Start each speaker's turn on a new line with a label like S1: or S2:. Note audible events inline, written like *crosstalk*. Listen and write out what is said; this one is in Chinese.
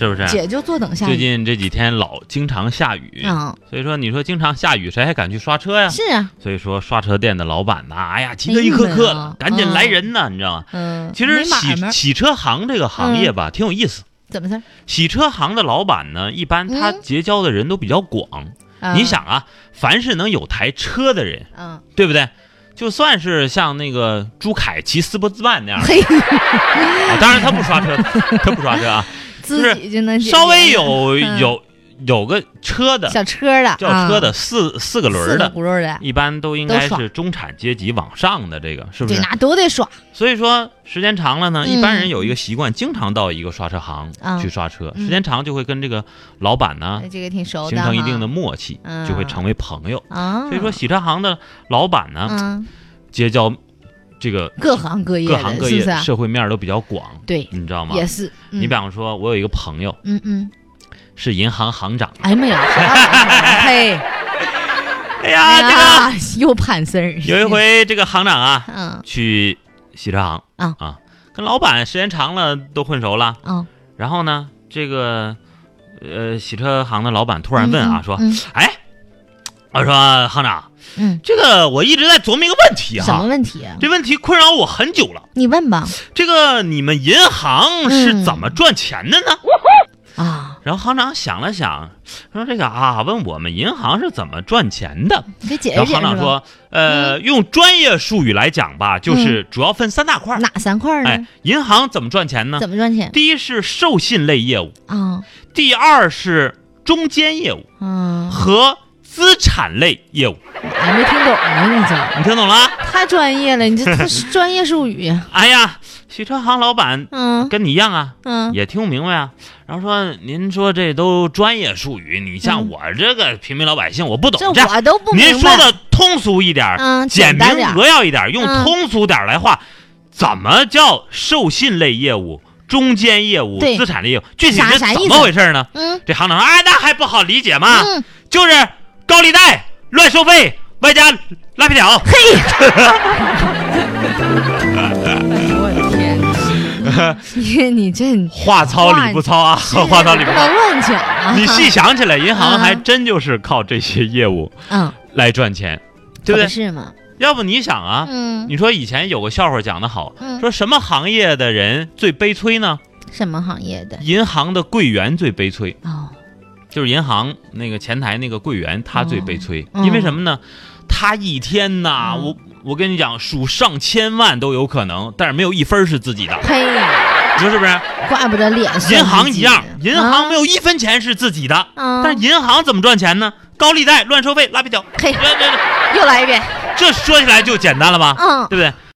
S1: 是不是？
S2: 姐就坐等下
S1: 哎最
S2: 雨。
S1: 近这几天老经常下雨，
S2: 嗯，
S1: 所以说你说经常下雨，谁还敢去刷车呀？
S2: 是啊，
S1: 所以说刷车店的老板呐，哎呀，急
S2: 没
S1: 得一颗
S2: 门
S1: 颗
S2: 啊
S1: 的，赶紧来人呐，你知道吗？
S2: 嗯，
S1: 其实
S2: 没买卖
S1: 洗洗车行这个行业
S2: 嗯
S1: 吧，挺有意思。
S2: 怎么事儿？
S1: 洗车行的老板呢，一般他
S2: 嗯
S1: 结交的人都比较广。
S2: 啊
S1: 你，想啊，凡是能有台车的人，
S2: 嗯，
S1: 对不对？就算是像那个朱凯骑斯波兹曼那样的，
S2: 嘿，
S1: 啊当然他不刷车，他不刷车啊，
S2: 自己就能解决
S1: 稍微有
S2: 嗯
S1: 有有个车的，
S2: 小车的，
S1: 叫车的四四个
S2: 啊，
S1: 轮
S2: 四
S1: 儿
S2: 个
S1: 的，
S2: 轱辘的，
S1: 一般都应该
S2: 都爽
S1: 是中产阶级往上的这个，是不
S2: 对，
S1: 是？
S2: 那都得耍。
S1: 所以说时间长了呢，
S2: 嗯
S1: 一般人有一个习惯，经常到一个刷车行
S2: 啊
S1: 去刷车，
S2: 嗯哎
S1: 时间长就会跟这个老板呢
S2: 这个挺熟的
S1: 啊形
S2: 哈，
S1: 成一定的默契，
S2: 啊嗯
S1: 就会成为朋友。
S2: 啊。
S1: 所以说洗车行的老板呢，
S2: 嗯，
S1: 结交这个
S2: 各行各业
S1: 各
S2: 的，
S1: 行各
S2: 是不
S1: 业
S2: 是啊？
S1: 社会面都比较广，
S2: 对，
S1: 你知道吗？
S2: 也是。嗯
S1: 你比方说，我有一个朋友
S2: 嗯嗯，
S1: 是银行行长，
S2: 哎
S1: *laughs*
S2: 呀妈呀，啥玩意儿嘿，
S1: 哎
S2: 哎
S1: 呀，啊这个
S2: 呀，又攀事 *laughs* 儿。
S1: 有一，回这个行长啊，
S2: 嗯
S1: 去洗车行
S2: 啊
S1: 跟老板时间长了都混熟了。
S2: 嗯，
S1: 然后呢，这个呃洗车行的老板突然问啊，
S2: 嗯
S1: 说
S2: 嗯：“
S1: 哎，我说行长，
S2: 嗯，
S1: 这个我一直在琢磨一个问题
S2: 什么
S1: 哈，
S2: 问题啊？
S1: 这问题困扰我很久了。
S2: 你问吧。
S1: 这个你们银行是怎么赚钱的呢？”
S2: 嗯啊，
S1: 然后行长想了想，说：“这个啊，问我们银行是怎么赚钱的？”
S2: 你给解
S1: 然
S2: 释
S1: 后
S2: 解释
S1: 行长
S2: 吧。嗯
S1: 说：“呃，用专业术语来讲吧，就是主要分三大块儿。
S2: 哪三块儿
S1: 哎
S2: 呢？，
S1: 银行怎么赚钱呢？
S2: 怎么赚钱
S1: 第一是授信类业务，
S2: 啊？
S1: 第二是中间业务
S2: 嗯，
S1: 和资产类业务。
S2: 还没听懂呢，
S1: *laughs*
S2: 你这
S1: 你听懂了？啊
S2: 太专业了，你这是专业术语。啊
S1: 哎呀，洗车行老板 *laughs*
S2: 嗯
S1: 跟你一样啊，
S2: 嗯，
S1: 也听不明白啊。然后说，您说这都专业术语，你像
S2: 嗯
S1: 我这个平民老百姓，我不懂
S2: 这
S1: 这。
S2: 我都不明白。
S1: 您说的通俗一点儿，
S2: 嗯
S1: 简
S2: 简单点
S1: 明
S2: 儿
S1: 扼要一点儿，用
S2: 嗯
S1: 通俗点儿来画，怎么叫授信类业务、中间业务、
S2: 对
S1: 资产类业务？具体
S2: 啥
S1: 是
S2: 啥
S1: 怎
S2: 意
S1: 么
S2: 思
S1: 回事呢？
S2: 嗯
S1: 这行长说：“哎，那还不好理解吗？
S2: 嗯，
S1: 就是高利贷、乱收费，外加拉皮条。 *laughs*
S2: 我的天， *laughs* 你你这
S1: *laughs*
S2: 你
S1: 话糙理不糙啊，话糙理不
S2: 不 *laughs*
S1: 糙。
S2: 能乱讲啊！
S1: 你细想起来，银行还
S2: 嗯
S1: 真就是靠这些业务
S2: 嗯，
S1: 来赚钱，对不对
S2: 可不？是嘛？
S1: 要不你想啊，
S2: 嗯，
S1: 你说以前有个笑话讲得好，
S2: 嗯
S1: 说什么行业的人最悲催呢？
S2: 什么行业的？
S1: 银行的柜员最悲催，
S2: 哦，
S1: 就是银行那个前台那个柜员，他最悲催，
S2: 嗯
S1: 因为什么呢？他一天呐，
S2: 嗯
S1: 我我跟你讲，数上千万都有可能，但是没有一分是自己的，
S2: 呸，
S1: 你说是不是？
S2: 怪不啊得脸
S1: 银行一样，银行没
S2: 有，
S1: 有一分钱是自己的，
S2: 嗯
S1: 但是银行怎么赚钱呢？高利贷、乱收费、拉皮条，
S2: 呸
S1: 这这这
S2: 又来一遍。
S1: 这说起来就简单了吧？
S2: 嗯
S1: 对不对？